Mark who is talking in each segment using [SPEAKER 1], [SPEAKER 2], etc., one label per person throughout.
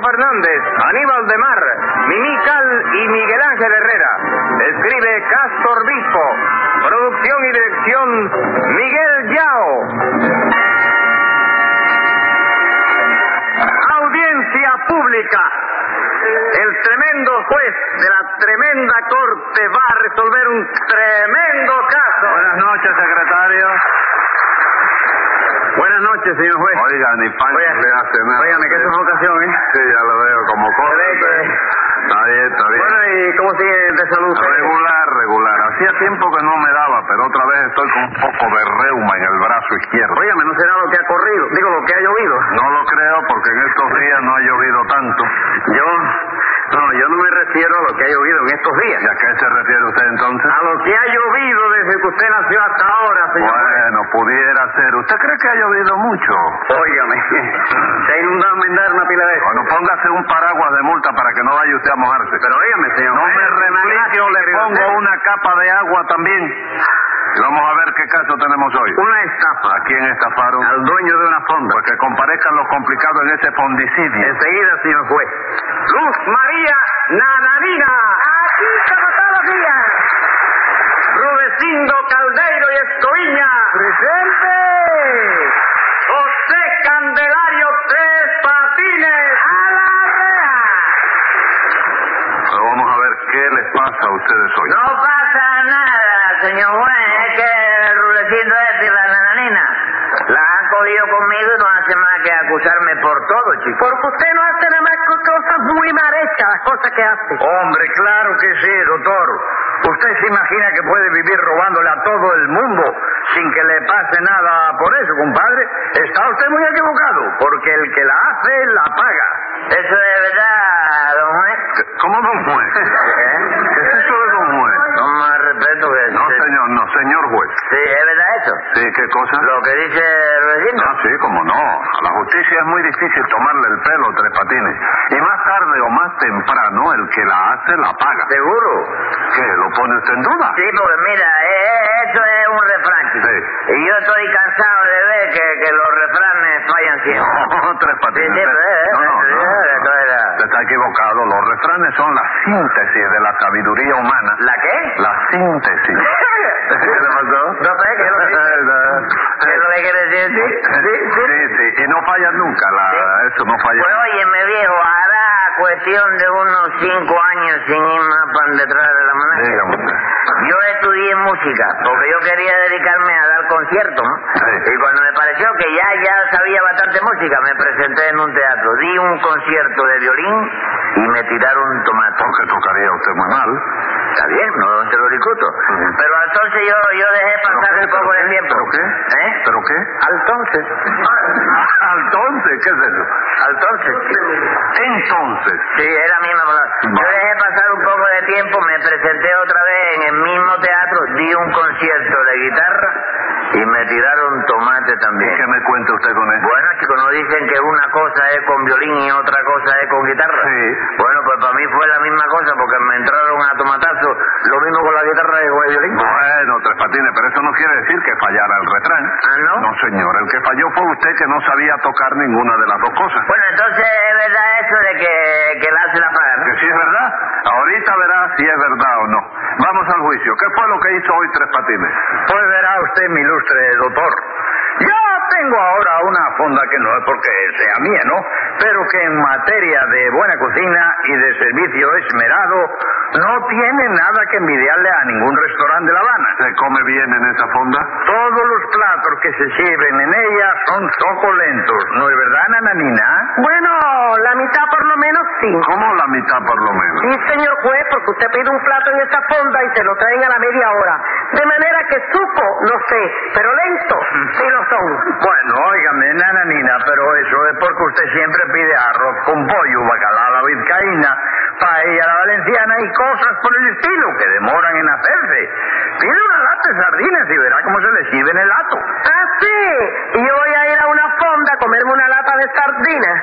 [SPEAKER 1] Fernández, Aníbal de Mar, Mimical y Miguel Ángel Herrera. Escribe Castor Bispo. Producción y dirección Miguel Yao. Audiencia pública. El tremendo juez de la tremenda corte va a resolver un tremendo caso.
[SPEAKER 2] Buenas noches, secretario.
[SPEAKER 1] Buenas noches, señor juez.
[SPEAKER 2] Oiga, ni pan
[SPEAKER 1] Oiga,
[SPEAKER 2] le hace nada.
[SPEAKER 1] Óigame, que es una ocasión, ¿eh?
[SPEAKER 2] Sí, ya lo veo como corre.
[SPEAKER 1] Ve que-
[SPEAKER 2] Está bien, está bien.
[SPEAKER 1] Bueno, ¿y cómo sigue de salud? usted?
[SPEAKER 2] Regular, regular. Hacía tiempo que no me daba, pero otra vez estoy con un poco de reuma en el brazo izquierdo.
[SPEAKER 1] Óigame, ¿no será lo que ha corrido? Digo, lo que ha llovido.
[SPEAKER 2] No lo creo porque en estos días no ha llovido tanto.
[SPEAKER 1] Yo, no, yo no me refiero a lo que ha llovido en estos días.
[SPEAKER 2] ¿Y a qué se refiere usted entonces?
[SPEAKER 1] A lo que ha llovido desde que usted nació hasta ahora, señor. juez.
[SPEAKER 2] Bueno, pudiera ser. ¿Usted cree que ha llovido mucho?
[SPEAKER 1] Óigame, se ha inundado Mendar una pila de eso.
[SPEAKER 2] Bueno, póngase un paraguas de multa para que no vaya usted a mojarse.
[SPEAKER 1] Pero óigame, señor. eh,
[SPEAKER 2] No
[SPEAKER 1] juez,
[SPEAKER 2] me
[SPEAKER 1] remangaste,
[SPEAKER 2] replique o le
[SPEAKER 1] querido
[SPEAKER 2] pongo
[SPEAKER 1] señor.
[SPEAKER 2] una capa de agua también. Vamos a ver qué caso tenemos hoy.
[SPEAKER 1] Una estafa
[SPEAKER 2] ¿A quién estafaron?
[SPEAKER 1] al dueño de una fonda.
[SPEAKER 2] Pues que comparezcan los complicados en ese fondicidio.
[SPEAKER 1] Enseguida, señor juez. Luz María Nananina. Aquí como todos los días. Rudecindo Caldeiro y Escoviña. Presente. José Candelario Tres Patines. A la rea.
[SPEAKER 2] Pero vamos a ver qué les pasa a ustedes hoy.
[SPEAKER 3] No pasa nada, señor juez. Es que el rulecito este y la nananina la han cogido conmigo y no hace más que acusarme por todo, chico.
[SPEAKER 4] Porque usted no hace nada más que cosas muy marechas, las cosas que hace.
[SPEAKER 1] Hombre, claro que sí, doctor. ¿Usted se imagina que puede vivir robándole a todo el mundo sin que le pase nada por eso, compadre? Está usted muy equivocado, porque el que la hace, la paga.
[SPEAKER 3] Eso es verdad, don juez.
[SPEAKER 2] ¿Cómo don juez?
[SPEAKER 3] ¿Eh?
[SPEAKER 2] ¿Qué es eso de don juez?
[SPEAKER 3] Con más respeto que...
[SPEAKER 2] No, señor, no, señor juez.
[SPEAKER 3] Sí, es verdad eso.
[SPEAKER 2] Sí, ¿qué cosa?
[SPEAKER 3] Lo que dice el rulecito.
[SPEAKER 2] Ah, sí, cómo no. A la justicia es muy difícil tomarle el pelo, Tres Patines. Y más tarde o más temprano, el que la hace, la paga.
[SPEAKER 3] Seguro.
[SPEAKER 2] ¿Qué? ¿Lo pone usted en duda?
[SPEAKER 3] Sí, porque mira, eh, eh, eso es un refrán, chico.
[SPEAKER 2] Sí.
[SPEAKER 3] Y yo estoy cansado de ver que, que los refranes fallan siempre.
[SPEAKER 2] No, Tres Patines.
[SPEAKER 3] Sí, sí,
[SPEAKER 2] usted-
[SPEAKER 3] pero, eh,
[SPEAKER 2] no, no,
[SPEAKER 3] eh, eh,
[SPEAKER 2] no, no.
[SPEAKER 3] esto era-
[SPEAKER 2] Usted está equivocado. Los refranes son la síntesis de la sabiduría humana.
[SPEAKER 3] ¿La qué?
[SPEAKER 2] La síntesis. ¿Qué le pasó?
[SPEAKER 3] No sé, que lo ¿Qué es lo que quiere decir? Sí, sí, sí.
[SPEAKER 2] sí, y no falla nunca, la, eso no falla.
[SPEAKER 3] Pues óyeme, viejo, hará cuestión de unos cinco años sin ir más para detrás de la mano.
[SPEAKER 2] Dígame usted.
[SPEAKER 3] Yo estudié música porque yo quería dedicarme a dar conciertos. ¿no?
[SPEAKER 2] Sí.
[SPEAKER 3] Y cuando me pareció que ya, ya sabía bastante música, me presenté en un teatro. Di un concierto de violín y me tiraron un tomate.
[SPEAKER 2] Porque tocaría usted muy mal.
[SPEAKER 3] Está bien, no te lo discuto. Pero entonces yo, yo dejé pasar
[SPEAKER 2] qué,
[SPEAKER 3] un poco de tiempo.
[SPEAKER 2] ¿Pero qué?
[SPEAKER 3] ¿Eh?
[SPEAKER 2] ¿Pero qué?
[SPEAKER 3] Entonces.
[SPEAKER 2] Entonces, ¿qué es eso?
[SPEAKER 3] Entonces,
[SPEAKER 2] Entonces.
[SPEAKER 3] sí, es la misma palabra. Yo
[SPEAKER 2] Vale.
[SPEAKER 3] dejé pasar un poco de tiempo, me presenté otra vez en el mismo teatro, di un concierto de guitarra y me tiraron tomate
[SPEAKER 2] ¿Y
[SPEAKER 3] también.
[SPEAKER 2] qué me cuenta usted con eso?
[SPEAKER 3] Bueno, chicos, no dicen que una cosa es con violín y otra cosa es con guitarra.
[SPEAKER 2] Sí.
[SPEAKER 3] Bueno, pues para mí fue la misma cosa porque me entraron a tomatazo lo mismo con la guitarra que con el violín.
[SPEAKER 2] Bueno, Tres Patines, pero eso no quiere decir que fallara el refrán.
[SPEAKER 3] Ah, ¿no?
[SPEAKER 2] No, señor, el que falló fue usted que no sabía tocar ninguna de las dos cosas.
[SPEAKER 3] Bueno, entonces es verdad eso de que, que la hace la paga, ¿no?
[SPEAKER 2] Que si es verdad, ahorita verá si es verdad o no. Vamos al juicio. ¿Qué fue lo que hizo hoy Tres Patines?
[SPEAKER 1] Pues verá usted, mi ilustre doctor. Yo tengo ahora una fonda que no es porque sea mía, ¿no? Pero que en materia de buena cocina y de servicio esmerado no tiene nada que envidiarle a ningún restaurante de La Habana.
[SPEAKER 2] ¿Se come bien en esa fonda?
[SPEAKER 1] Todos los platos que se sirven en ella son socolentos, ¿no es verdad, Nananina?
[SPEAKER 4] Bueno, la mitad por lo menos sí.
[SPEAKER 2] Como la mitad por lo menos.
[SPEAKER 4] Sí, señor juez, porque usted pide un plato en esa fonda y se lo traen a la media hora. De manera que supo, no sé, pero lento, sí lo son.
[SPEAKER 1] Bueno, óigame, nananina, pero eso es porque usted siempre pide arroz con pollo, bacalao a la vizcaína, paella a la valenciana y cosas por el estilo que demoran en hacerse. Pide una lata de sardinas y verá cómo se le sirve en el lato.
[SPEAKER 4] Ah, sí, y yo voy a ir a una fonda a comerme una lata de sardinas.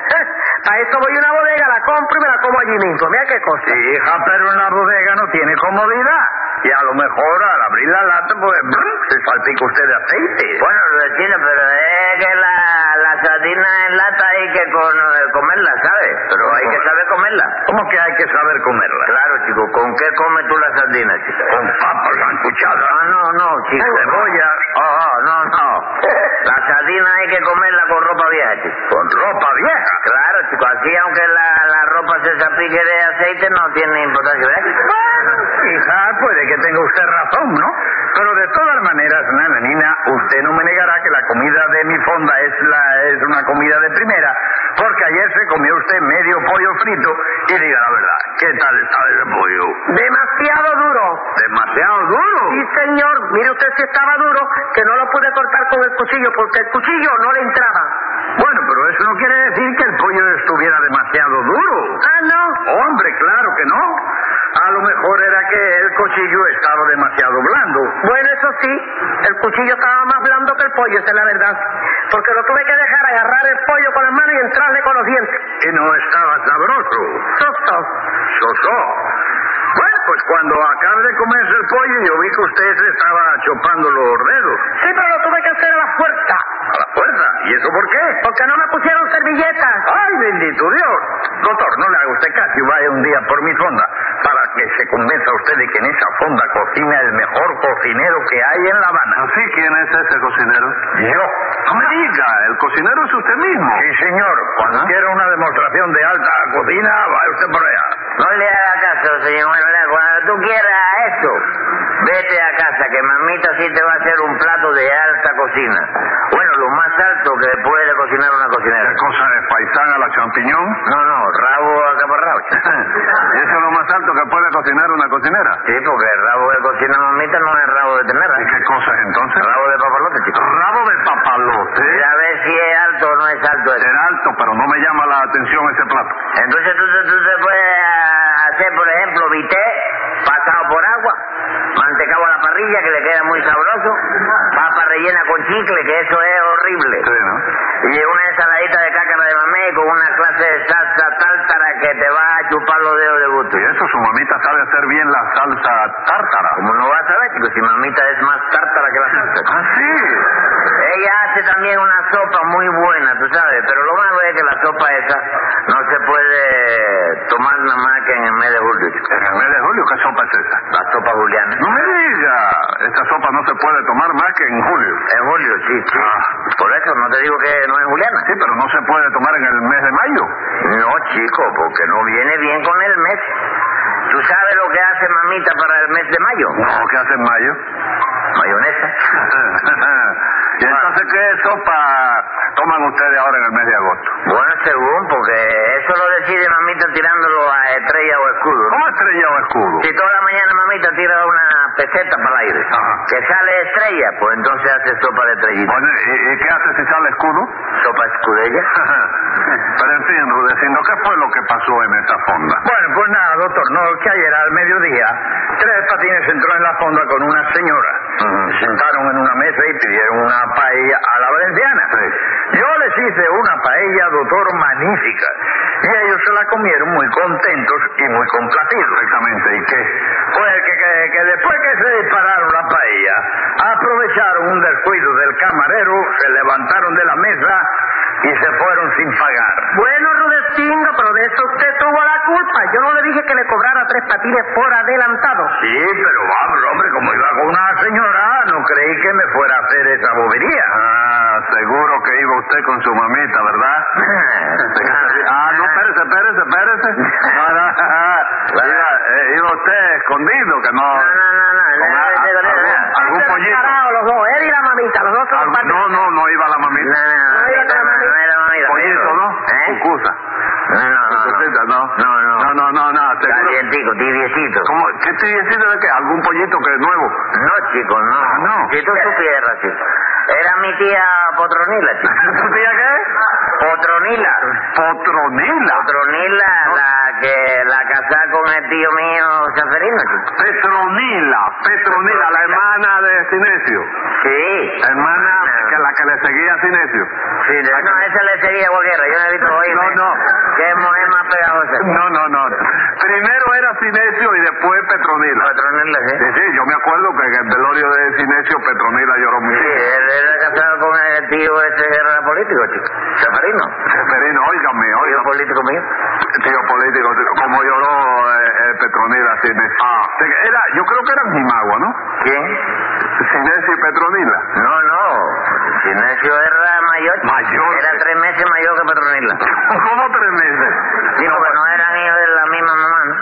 [SPEAKER 4] Para eso voy a una bodega, la compro y me la como allí mismo. Mira qué cosa.
[SPEAKER 1] Hija, pero una bodega no tiene comodidad. Y a lo mejor al abrir la lata, pues brum, se salpica usted de aceite.
[SPEAKER 3] Bueno, Rechino, pero es que la, la sardina en lata hay que con, eh, comerla, ¿sabes? Pero hay que saber comerla.
[SPEAKER 1] ¿Cómo que hay que saber comerla?
[SPEAKER 3] Claro, chico, ¿con qué comes tú la sardina, chico?
[SPEAKER 1] Con papas anchuchadas.
[SPEAKER 3] Ah, no, no, chico.
[SPEAKER 1] Cebolla.
[SPEAKER 3] Oh, oh, no, no. La sardina hay que comerla con ropa vieja, chico.
[SPEAKER 1] Con ropa vieja.
[SPEAKER 3] Claro, chico, así aunque la, la ropa se salpique de aceite no tiene importancia, ¿verdad? chico?
[SPEAKER 1] Bueno, quizá puede que tenga usted razón, ¿no? Pero de todas maneras, nananina, usted no me negará que la comida de mi fonda es, la, es una comida de primera, porque ayer se comió usted medio pollo frito y diga la verdad, ¿qué tal está ese pollo?
[SPEAKER 4] Demasiado duro.
[SPEAKER 1] Demasiado duro.
[SPEAKER 4] Sí, señor. Mire usted si estaba duro, que no lo pude cortar con el cuchillo, porque el cuchillo no le entraba.
[SPEAKER 1] Bueno, pero eso no quiere decir que el pollo estuviera demasiado duro.
[SPEAKER 4] Ah, no.
[SPEAKER 1] Hombre, claro que no. A lo mejor era que el cuchillo estaba demasiado blando.
[SPEAKER 4] Bueno, eso sí, el cuchillo estaba más blando que el pollo, esa es la verdad. Porque lo tuve que dejar agarrar el pollo con las manos y entrarle con los dientes.
[SPEAKER 1] Y no estaba sabroso.
[SPEAKER 4] Sosto.
[SPEAKER 1] Sosó. Bueno, pues cuando acabé de comerse el pollo, yo vi que usted se estaba chopando los dedos
[SPEAKER 4] Sí, pero lo tuve que hacer a la fuerza.
[SPEAKER 1] a la fuerza. ¿Y eso por qué?
[SPEAKER 4] Porque no me pusieron servilletas.
[SPEAKER 1] ¡Ay, bendito Dios! Doctor, no le haga usted caso y vaya un día por mi fonda para que se convenza usted de que en esa fonda cocina el mejor cocinero que hay en La Habana.
[SPEAKER 2] ¿Así quién es ese cocinero?
[SPEAKER 1] Yo.
[SPEAKER 2] No me diga, el cocinero es usted mismo. ¿Ah?
[SPEAKER 1] Sí, señor. Cuando
[SPEAKER 2] Ajá.
[SPEAKER 1] quiera una demostración de alta cocina, vaya usted por allá.
[SPEAKER 3] No le haga caso, señor Manuel. Cuando tú quieras eso, vete a casa, que mamita sí te va a hacer un plato de alta cocina. Bueno, lo más alto que puede cocinar una cocinera.
[SPEAKER 2] ¿Qué cosa es paisana la champiñón?
[SPEAKER 3] No, no, rabo acaparrado. chico.
[SPEAKER 2] Eso es lo más alto que puede cocinar una cocinera.
[SPEAKER 3] Sí, porque el rabo que cocina mamita no es rabo de ternera,
[SPEAKER 2] ¿Y qué cosa es entonces?
[SPEAKER 3] es rabo de papalote, chico.
[SPEAKER 2] Rabo de papalote.
[SPEAKER 3] Mira a ver si es alto o no es alto eso.
[SPEAKER 2] Será alto, pero no me llama la atención ese plato.
[SPEAKER 3] Entonces tú, tú- tú te puedes ah, hacer, por ejemplo, vité pasado por agua, mantecado a la parrilla, que le queda muy sabroso, papa rellena con chicle, que eso es horrible.
[SPEAKER 2] Sí, ¿no?
[SPEAKER 3] Y una ensaladita de cácara de mamé con una clase de salsa tártara que te va a chupar los dedos de gusto.
[SPEAKER 2] Y eso su mamita sabe hacer bien la salsa tártara.
[SPEAKER 3] Como no vas a ver, chico, si mamita es más tártara que la salsa.
[SPEAKER 2] Ah, sí.
[SPEAKER 3] Ella hace también una sopa muy buena, tú sabes, pero lo malo es que la sopa esa no se puede tomar nada más que en el mes de julio, chico.
[SPEAKER 2] En el mes de julio, ¿qué sopa es esa?
[SPEAKER 3] La sopa juliana.
[SPEAKER 2] No me diga, esta sopa no se puede tomar más que en julio.
[SPEAKER 3] En julio, sí, sí. Por eso no te digo que no es juliana.
[SPEAKER 2] Sí, pero no se puede tomar en el mes de mayo.
[SPEAKER 3] No, chico, porque no viene bien con el mes. ¿Tú sabes lo que hace mamita para el mes de mayo?
[SPEAKER 2] No, ¿qué hace en mayo?
[SPEAKER 3] Mayonesa.
[SPEAKER 2] ¿Y entonces qué sopa toman ustedes ahora en el mes de agosto?
[SPEAKER 3] Bueno, según, porque eso lo decide mamita tirándolo a estrella o escudo. ¿no?
[SPEAKER 2] ¿Cómo estrella o escudo?
[SPEAKER 3] Si toda la mañana mamita tira una peseta para el aire,
[SPEAKER 2] Ajá.
[SPEAKER 3] que sale estrella, pues entonces hace sopa de estrellita.
[SPEAKER 2] Bueno, ¿y, y qué hace si sale escudo?
[SPEAKER 3] Sopa escudella.
[SPEAKER 2] Pero en fin, Rudecindo, ¿qué fue lo que pasó en esa fonda?
[SPEAKER 1] Bueno, pues nada, doctor, no, que ayer al mediodía, Tres Patines entró en la fonda con una señora. Se Sentaron en una mesa y pidieron una paella a la valenciana. Yo les hice una paella, doctor, magnífica. Y ellos se la comieron muy contentos y muy complacidos.
[SPEAKER 2] Exactamente, ¿y qué?
[SPEAKER 1] Pues que, que- que después que se dispararon la paella, aprovecharon un descuido del camarero, se levantaron de la mesa y se fueron sin pagar.
[SPEAKER 4] Bueno, Rudecindo, pero de eso usted tuvo la culpa. Yo no le dije que le cobrara tres patines por adelantado.
[SPEAKER 1] Sí, pero vamos, hombre, como iba con una señora, no creí que me fuera a hacer esa bobería.
[SPEAKER 2] Ah, seguro que iba usted con su mamita, ¿verdad? Ah, no, espérese, espérese, espérese. No, no, iba, eh, iba usted escondido, que no...
[SPEAKER 3] No, no, no, no, no,
[SPEAKER 2] Ah,
[SPEAKER 3] no, no, no, no.
[SPEAKER 2] ah, ¿Algún
[SPEAKER 4] Ustedes
[SPEAKER 2] pollito?
[SPEAKER 4] descarados los dos, él y la mamita, los dos son
[SPEAKER 2] Algo-
[SPEAKER 4] parte-
[SPEAKER 2] No, no, no iba la
[SPEAKER 3] No,
[SPEAKER 2] mamita.
[SPEAKER 3] no,
[SPEAKER 4] Oiga,
[SPEAKER 3] no, no, no era mamita.
[SPEAKER 2] Pollito, ¿no?
[SPEAKER 3] ¿Eh?
[SPEAKER 2] Cucusa.
[SPEAKER 3] No, no, no, no.
[SPEAKER 2] Cucucita, ¿no?
[SPEAKER 3] No, no.
[SPEAKER 2] No, no, no, no, seguro.
[SPEAKER 3] Calientico, tibiecito.
[SPEAKER 2] ¿Cómo? ¿Qué estoy diciendo de qué? ¿Algún pollito que es nuevo?
[SPEAKER 3] No, chico, no.
[SPEAKER 2] Ah, no.
[SPEAKER 3] Si tú supieras, chico. Era mi tía Potronila, chico.
[SPEAKER 2] ¿Tu tía qué?
[SPEAKER 3] Potronila.
[SPEAKER 2] Potronila.
[SPEAKER 3] Potronila, la que la casá con el tío mío, Seferino, chico.
[SPEAKER 2] Petronila, Petronila, la hermana de Sinesio.
[SPEAKER 3] Sí.
[SPEAKER 2] Hermana, que la que le seguía a Sinesio.
[SPEAKER 3] Sí, de- Ah, no, esa le sería cualquiera, yo la he visto hoy.
[SPEAKER 2] No, no.
[SPEAKER 3] Que es mujer más pegajosa.
[SPEAKER 2] No, no, no. Primero era Sinesio y después Petronila.
[SPEAKER 3] Petronila, ¿eh? sí.
[SPEAKER 2] Sí, sí, yo me acuerdo que en el velorio de Sinesio Petronila lloró
[SPEAKER 3] Sí,
[SPEAKER 2] mucho.
[SPEAKER 3] él era casado con el tío ese que era político, chico. Seferino.
[SPEAKER 2] Seferino, óigame,
[SPEAKER 3] Tío
[SPEAKER 2] óigame.
[SPEAKER 3] político mío.
[SPEAKER 2] Tío político, tío, como lloró eh, eh, Petronila Sinesio. Ah, era, yo creo que eran Jimagua, ¿no?
[SPEAKER 3] ¿Quién?
[SPEAKER 2] Sinesio y Petronila.
[SPEAKER 3] No, no. Sinesio era mayor. chico.
[SPEAKER 2] Mayor.
[SPEAKER 3] Era tres meses mayor que Petronila.
[SPEAKER 2] ¿Cómo tres meses?
[SPEAKER 3] Sí, porque no eran hijos de la misma mamá, ¿no?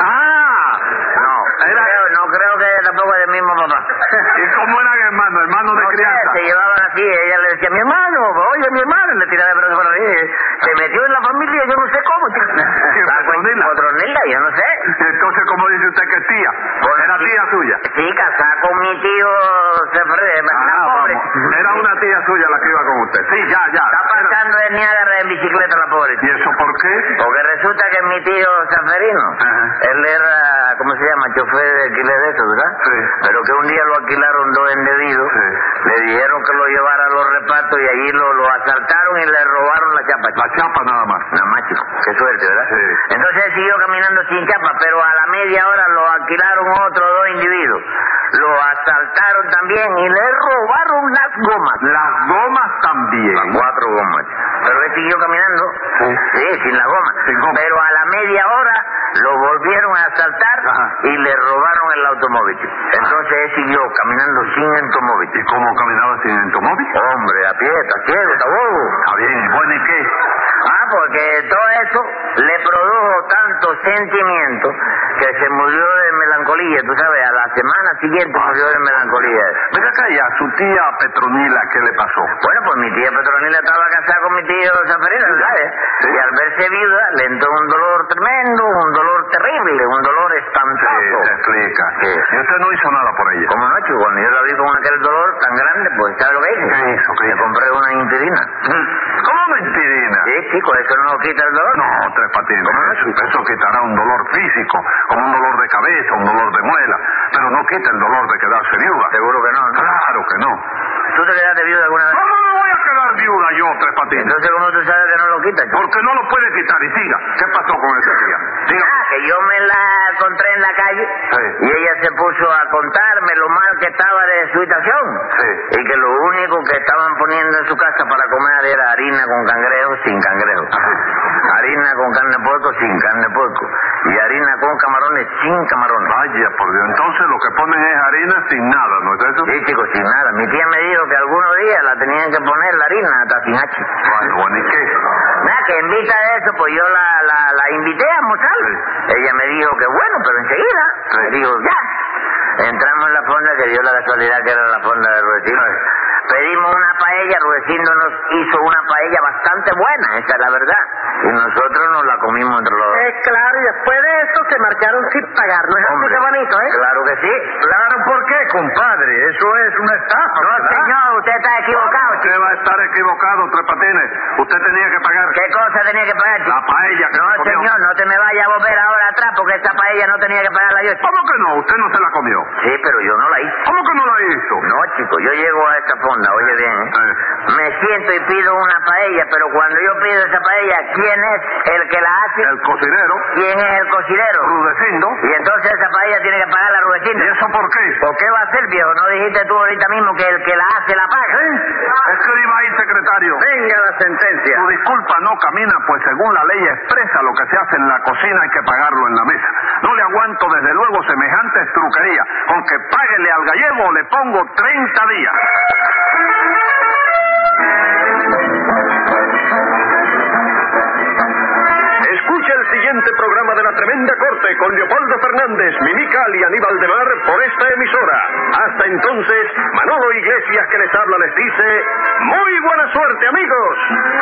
[SPEAKER 2] Ah,
[SPEAKER 3] No,
[SPEAKER 2] Era-
[SPEAKER 3] creo, no creo que tampoco del mismo papá.
[SPEAKER 2] ¿y cómo eran hermanos? Hermanos de
[SPEAKER 3] No sé,
[SPEAKER 2] crianza.
[SPEAKER 3] se llevaban así, ella le decía, mi hermano, oye, mi hermano, y le tiraba de brazos para arriba, y se metió en la familia, yo no sé cómo. chico. Ah, pues,
[SPEAKER 2] Petronila.
[SPEAKER 3] Petronila, yo no sé.
[SPEAKER 2] Y entonces, ¿cómo dice usted que es tía?
[SPEAKER 3] Bueno,
[SPEAKER 2] Era
[SPEAKER 3] sí.
[SPEAKER 2] tía suya.
[SPEAKER 3] Sí, casada con mi tío, se fue, la
[SPEAKER 2] Ah,
[SPEAKER 3] pobre.
[SPEAKER 2] vamos. Era una tía suya la que iba con usted. Sí, ya, ya.
[SPEAKER 3] Está pasando el Niágara en bicicleta la pobre.
[SPEAKER 2] ¿Y eso por qué?
[SPEAKER 3] Porque resulta que mi tío Sanferino,
[SPEAKER 2] Ajá.
[SPEAKER 3] él era, ¿cómo se llama? Chofer de alquiler de eso, ¿verdad?
[SPEAKER 2] Sí.
[SPEAKER 3] Pero que un día lo alquilaron dos endevidos,
[SPEAKER 2] Sí.
[SPEAKER 3] le dijeron que lo llevara a los repartos y allí lo, lo asaltaron y le robaron la chapa.
[SPEAKER 2] La chapa nada más.
[SPEAKER 3] Nada más, chico. Qué suerte, ¿verdad?
[SPEAKER 2] Sí.
[SPEAKER 3] Entonces él siguió caminando sin chapa, pero a la media hora lo alquilaron otros dos individuos. Lo asaltaron también y le robaron las gomas.
[SPEAKER 2] Las gomas también.
[SPEAKER 3] Las cuatro gomas. Pero él siguió caminando.
[SPEAKER 2] Sí.
[SPEAKER 3] sin la goma.
[SPEAKER 2] Sin goma.
[SPEAKER 3] Pero a la media hora lo volvieron a asaltar
[SPEAKER 2] Ajá.
[SPEAKER 3] y le robaron el automóvil. Entonces él siguió caminando sin automóvil.
[SPEAKER 2] ¿Y cómo caminaba sin automóvil?
[SPEAKER 3] Hombre, a pie, está ciego, está bobo.
[SPEAKER 2] Está bien, ¿y bueno, ¿y qué?
[SPEAKER 3] Ah, porque todo eso le produjo tanto sentimiento que se murió de melancolía, tú sabes, a la semana siguiente
[SPEAKER 2] Ah,
[SPEAKER 3] murió de melancolía.
[SPEAKER 2] Venga acá y a Pues su tía Petronila, ¿qué le pasó?
[SPEAKER 3] Bueno, pues mi tía Petronila estaba casada con mi tío Sanferino, ¿sabes? Y al verse viuda le entró un dolor tremendo, un dolor terrible, un dolor espantoso.
[SPEAKER 2] se explica.
[SPEAKER 3] Sí.
[SPEAKER 2] Y usted no hizo nada por ella.
[SPEAKER 3] Como no, chico, cuando yo la vi con aquel dolor tan grande, pues, ¿sabes lo que hice?
[SPEAKER 2] ¿Qué hizo? ¿Qué
[SPEAKER 3] Le
[SPEAKER 2] hizo?
[SPEAKER 3] compré una intilina.
[SPEAKER 2] ¿Cómo mentirina?
[SPEAKER 3] Sí, chico, eso no quita el dolor.
[SPEAKER 2] No, tres patines. Eso, eso quitará un dolor físico, como un dolor de cabeza, un dolor de muela, pero no quita el dolor de quedarse viuda.
[SPEAKER 3] Seguro que no. ¿no?
[SPEAKER 2] Claro que no.
[SPEAKER 3] ¿Tú te quedaste viuda alguna vez?
[SPEAKER 2] ¿Cómo me voy a quedar viuda yo, tres patines?
[SPEAKER 3] Entonces, ¿cómo tú sabes que no lo quita, chico?
[SPEAKER 2] Porque no lo puede quitar. Y siga, ¿qué pasó con esa tía? Diga,
[SPEAKER 3] Ah, que yo me la encontré en la calle
[SPEAKER 2] Sí.
[SPEAKER 3] y ella se puso a contarme lo mal que estaba de su situación
[SPEAKER 2] Sí.
[SPEAKER 3] y que lo único que estaban poniendo en su casa para comer era harina con cangrejo sin cangrejo, harina con carne de puerco sin carne de puerco y harina con camarones sin camarones.
[SPEAKER 2] vaya, por Dios. Entonces lo que ponen es harina sin nada, ¿no es eso?
[SPEAKER 3] Sí, chicos, sin nada. Mi tía me dijo que algunos días la tenían que poner la harina hasta sin H.
[SPEAKER 2] Vaya, bueno, ¿y qué?
[SPEAKER 3] Nada, que en vista de eso, pues yo la, la, la invité a almorzar.
[SPEAKER 2] Sí.
[SPEAKER 3] Ella me dijo que bueno, pero enseguida.
[SPEAKER 2] Sí.
[SPEAKER 3] Me dijo, ya. Entramos en la fonda, que dio la casualidad que era la fonda de Rudecindo. Pedimos una paella, Rudecindo nos hizo una paella bastante buena, esa es la verdad. Y nosotros nos la comimos entre los dos.
[SPEAKER 4] Eh, claro, y después de eso se marcharon sin pagar. ¿No es así
[SPEAKER 3] Hombre,
[SPEAKER 4] que bonito, eh?
[SPEAKER 3] Claro que sí.
[SPEAKER 1] Claro, ¿por qué, compadre? Eso es una
[SPEAKER 4] Ah,
[SPEAKER 1] estafa.
[SPEAKER 3] No,
[SPEAKER 1] ¿verdad?
[SPEAKER 3] señor, usted está equivocado,
[SPEAKER 2] Usted
[SPEAKER 3] chico.
[SPEAKER 2] va a estar equivocado, tres patines. Usted tenía que pagar
[SPEAKER 3] ¿Qué cosa tenía que pagar,
[SPEAKER 2] la
[SPEAKER 3] chico?
[SPEAKER 2] paella que
[SPEAKER 3] No,
[SPEAKER 2] se comió.
[SPEAKER 3] señor, no te me vaya a volver ahora atrás, porque esa paella no tenía que pagarla yo, chico.
[SPEAKER 2] ¿Cómo que no? Usted no se la comió.
[SPEAKER 3] Sí, pero yo no la hice.
[SPEAKER 2] ¿Cómo que no la hizo?
[SPEAKER 3] No, chico, yo llego a esta fonda, oye bien. ¿eh?
[SPEAKER 2] Eh.
[SPEAKER 3] Me siento y pido una paella, pero cuando yo pido esa paella, ¿quién es el que la hace?
[SPEAKER 2] El cocinero,
[SPEAKER 3] ¿Quién es el cocinero?
[SPEAKER 2] Rudecindo.
[SPEAKER 3] Y entonces esa paella tiene que pagar la
[SPEAKER 2] ¿Y
[SPEAKER 3] rubecina.
[SPEAKER 2] eso por qué?
[SPEAKER 3] ¿Por qué va a ser, viejo? ¿No dijiste tú ahorita mismo que el que la hace la paga? ¿Eh?
[SPEAKER 2] Escriba ahí, secretario.
[SPEAKER 1] Venga la sentencia.
[SPEAKER 2] Tu disculpa no camina, pues según la ley expresa lo que se hace en la cocina hay que pagarlo en la mesa. No le aguanto desde luego semejantes truquerías. Con que páguele al gallego le pongo 30 días.
[SPEAKER 1] Escucha el siguiente programa de La Tremenda Corte con Leopoldo Fernández, Mimical y Aníbal de Mar por esta emisora. Hasta entonces, Manolo Iglesias que les habla les dice, ¡Muy buena suerte amigos!